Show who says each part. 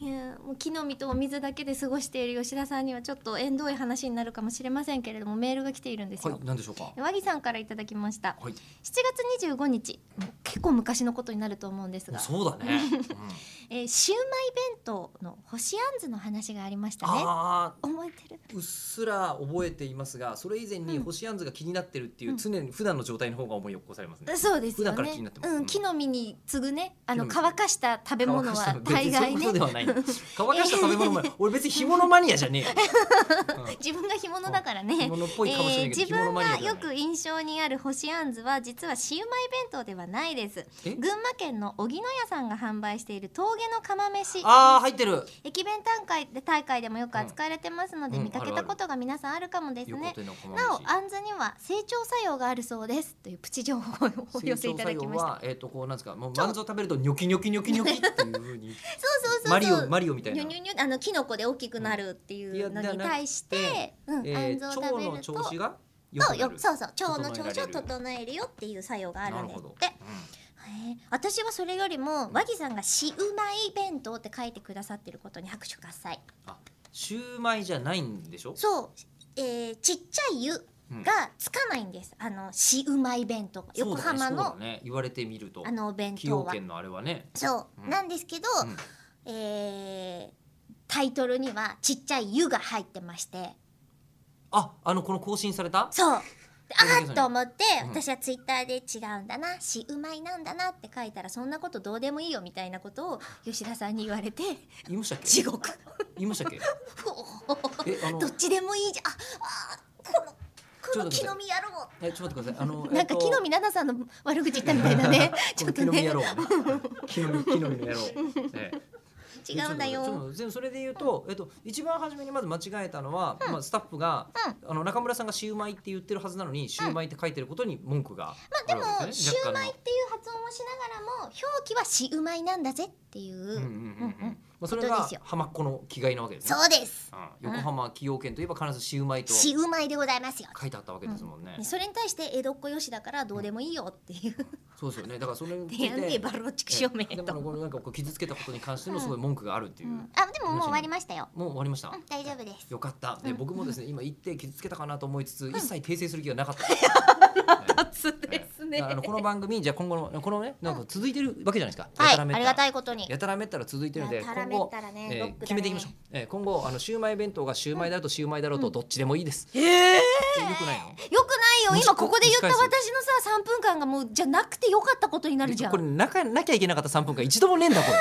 Speaker 1: いやもう木の実とお水だけで過ごしている吉田さんにはちょっと縁遠い話になるかもしれませんけれどもメールが来ているんですよ、
Speaker 2: はい、何でしょうか。
Speaker 1: 和木さんからいただきました、
Speaker 2: はい。
Speaker 1: 7月25日結構昔のことになると思うんですが、
Speaker 2: そう だね。うん
Speaker 1: えー、シューマイ弁当の星あんずの話がありましたね
Speaker 2: ああ、
Speaker 1: 覚えてる
Speaker 2: うっすら覚えていますが、それ以前に
Speaker 1: うん
Speaker 2: 星あんずが気になってるっていううん常に普段の状態の方が思い起こされますね。
Speaker 1: そうですよ
Speaker 2: 普段から気に
Speaker 1: ね
Speaker 2: なって。ます
Speaker 1: うん、木の実に次ぐね、あの
Speaker 2: 木の実
Speaker 1: 乾かした食べ物は大概
Speaker 2: 乾かし
Speaker 1: ね。
Speaker 2: たの別にそういうことで はない。乾かした食べ物も、俺別に干物マニアじゃねえよ。
Speaker 1: 自分が干物だから
Speaker 2: うん
Speaker 1: ね
Speaker 2: 干。物っ
Speaker 1: え
Speaker 2: ぽいかもしれな
Speaker 1: ー
Speaker 2: いけ
Speaker 1: 自
Speaker 2: ど、干物
Speaker 1: 分
Speaker 2: マニア
Speaker 1: が
Speaker 2: じゃ
Speaker 1: よ
Speaker 2: ない。
Speaker 1: く印象にある干しあんずは実はシウマイ弁当ではないです
Speaker 2: え
Speaker 1: 群馬県の荻野屋さんが販売している峠の釜飯
Speaker 2: ああ、入ってる。
Speaker 1: 駅弁大会で大会でもよく扱われてますので、
Speaker 2: うん
Speaker 1: 見かけ
Speaker 2: あるあ
Speaker 1: た
Speaker 2: る
Speaker 1: ことが皆さんあるかもです
Speaker 2: 横
Speaker 1: ね
Speaker 2: 手の釜飯
Speaker 1: なおあんずには成長作用があるそうですというプチ情報をお寄せいただきました
Speaker 2: はえっ、とこうなんですか、もうマンズを食べるとニョキニョキニョキニョキっていう風 に
Speaker 1: そうそうそうそう
Speaker 2: マリオマリオみたい
Speaker 1: ニ
Speaker 2: な
Speaker 1: ュ。ニュニュあのキノコで大きくなるっていうの
Speaker 2: いや
Speaker 1: に対して、うん、
Speaker 2: え
Speaker 1: 肝
Speaker 2: ー、
Speaker 1: 臓を食
Speaker 2: 腸
Speaker 1: べ
Speaker 2: の
Speaker 1: る
Speaker 2: 調
Speaker 1: と
Speaker 2: 子が良く
Speaker 1: そう
Speaker 2: な
Speaker 1: よ
Speaker 2: る。
Speaker 1: そうそう腸の
Speaker 2: 整えられ
Speaker 1: 調
Speaker 2: る
Speaker 1: 子を整えるよっていう作用があるんですっ
Speaker 2: な
Speaker 1: て
Speaker 2: る。ほど
Speaker 1: へえ私はそれよりも和木さんが「シウマイ弁当」って書いてくださってることに拍手喝采
Speaker 2: シューマイじゃないんでしょ？
Speaker 1: そう、えーちっちゃい「湯
Speaker 2: うん
Speaker 1: がつかないんですあのシウマイ弁当が横浜
Speaker 2: そうだねそ
Speaker 1: の,、
Speaker 2: うだね言われてみると
Speaker 1: あのお弁
Speaker 2: 崎
Speaker 1: 当
Speaker 2: 陽
Speaker 1: は
Speaker 2: 軒のあれはね。
Speaker 1: そう、
Speaker 2: うん
Speaker 1: なんですけど、
Speaker 2: うん
Speaker 1: えータイトルにはちっちゃい「湯が入ってまして
Speaker 2: あ、あのこの更新された？
Speaker 1: そうで
Speaker 2: ごめんな
Speaker 1: あ
Speaker 2: さ
Speaker 1: ー
Speaker 2: い
Speaker 1: っと思って、
Speaker 2: うん
Speaker 1: 私はツイッターで違うんだなしうまいなんだなって書いたらそんなことどうでもいいよみたいなことを吉田さんに言われて
Speaker 2: 言いましたっけ？
Speaker 1: 地 獄
Speaker 2: 言いましたっけ？
Speaker 1: ふお
Speaker 2: え、あの
Speaker 1: どっちでもいいじゃんああーこのこの
Speaker 2: ち
Speaker 1: 木
Speaker 2: ょ
Speaker 1: の
Speaker 2: っと待
Speaker 1: 実野郎
Speaker 2: え、ちょっと待ってください。あの
Speaker 1: なんか木の
Speaker 2: 実
Speaker 1: 実奈々さんの悪口言ったみたいな ね ちょっと
Speaker 2: 木の実
Speaker 1: ね
Speaker 2: 野郎ね。木の実木の実の野郎。 ええ
Speaker 1: 違うんだ
Speaker 2: ちょっと
Speaker 1: よ
Speaker 2: 待ってちょっとそれで言うと、えっと、一番初めにまず間違えたのは、まあ、スタッフが、あの中村さんがシウマイって言ってるはずなのに、シウマイって書いてることに文句があ
Speaker 1: で
Speaker 2: るわけ
Speaker 1: も
Speaker 2: です
Speaker 1: シ
Speaker 2: ね。
Speaker 1: ュウマイ
Speaker 2: 若
Speaker 1: っ
Speaker 2: 干
Speaker 1: ていう発音をしながらも表記はしうまいなんだぜっていう,、
Speaker 2: のうんうんうんうんまあ、それ
Speaker 1: こと
Speaker 2: が
Speaker 1: ですよ
Speaker 2: 浜っ子の気概なわけですね
Speaker 1: そ。うです
Speaker 2: うん横浜崎陽軒といえば必ずシウマイと書
Speaker 1: しうまいでございますよ
Speaker 2: いてあったわけですもんね。
Speaker 1: それに対して江戸っ子よしだからどうでもいいよっていう
Speaker 2: そうですよね。だからそれについ
Speaker 1: 提案で
Speaker 2: て
Speaker 1: バロチク証明
Speaker 2: ええで
Speaker 1: と、
Speaker 2: もこのなんかこう傷つけたことに関してのすごい文句があるっていうう。
Speaker 1: んあでももう終わりましたよ、
Speaker 2: もう終わりました。
Speaker 1: うん、大丈夫です
Speaker 2: よかった。で、
Speaker 1: うん
Speaker 2: 僕もですね、今言って傷つけたかなと思いつつ、一切訂正する気がなかった。
Speaker 1: そうですね
Speaker 2: だからあのこの番組じゃあ今後のこのねなんか続いてるわけじゃないですか。
Speaker 1: は
Speaker 2: や
Speaker 1: い
Speaker 2: たらめった
Speaker 1: ありがたいことに
Speaker 2: やたらめったら続いてるので
Speaker 1: やたら
Speaker 2: 今
Speaker 1: めっ
Speaker 2: 後
Speaker 1: たらね
Speaker 2: え
Speaker 1: ロッ
Speaker 2: ー
Speaker 1: クだね
Speaker 2: 決めていきましょう。えー今後あのシウマイ弁当がシウマイだろうとシウマイだろうとどっちでもいいです。ええ。よくないの？
Speaker 1: よくないよ
Speaker 2: もし
Speaker 1: 今ここで言った
Speaker 2: もし
Speaker 1: 私
Speaker 2: か
Speaker 1: のさ3分間がもうじゃなくてよかったことになるじゃん
Speaker 2: これなかなきゃいけなかった三分間一度もねえんだこれ。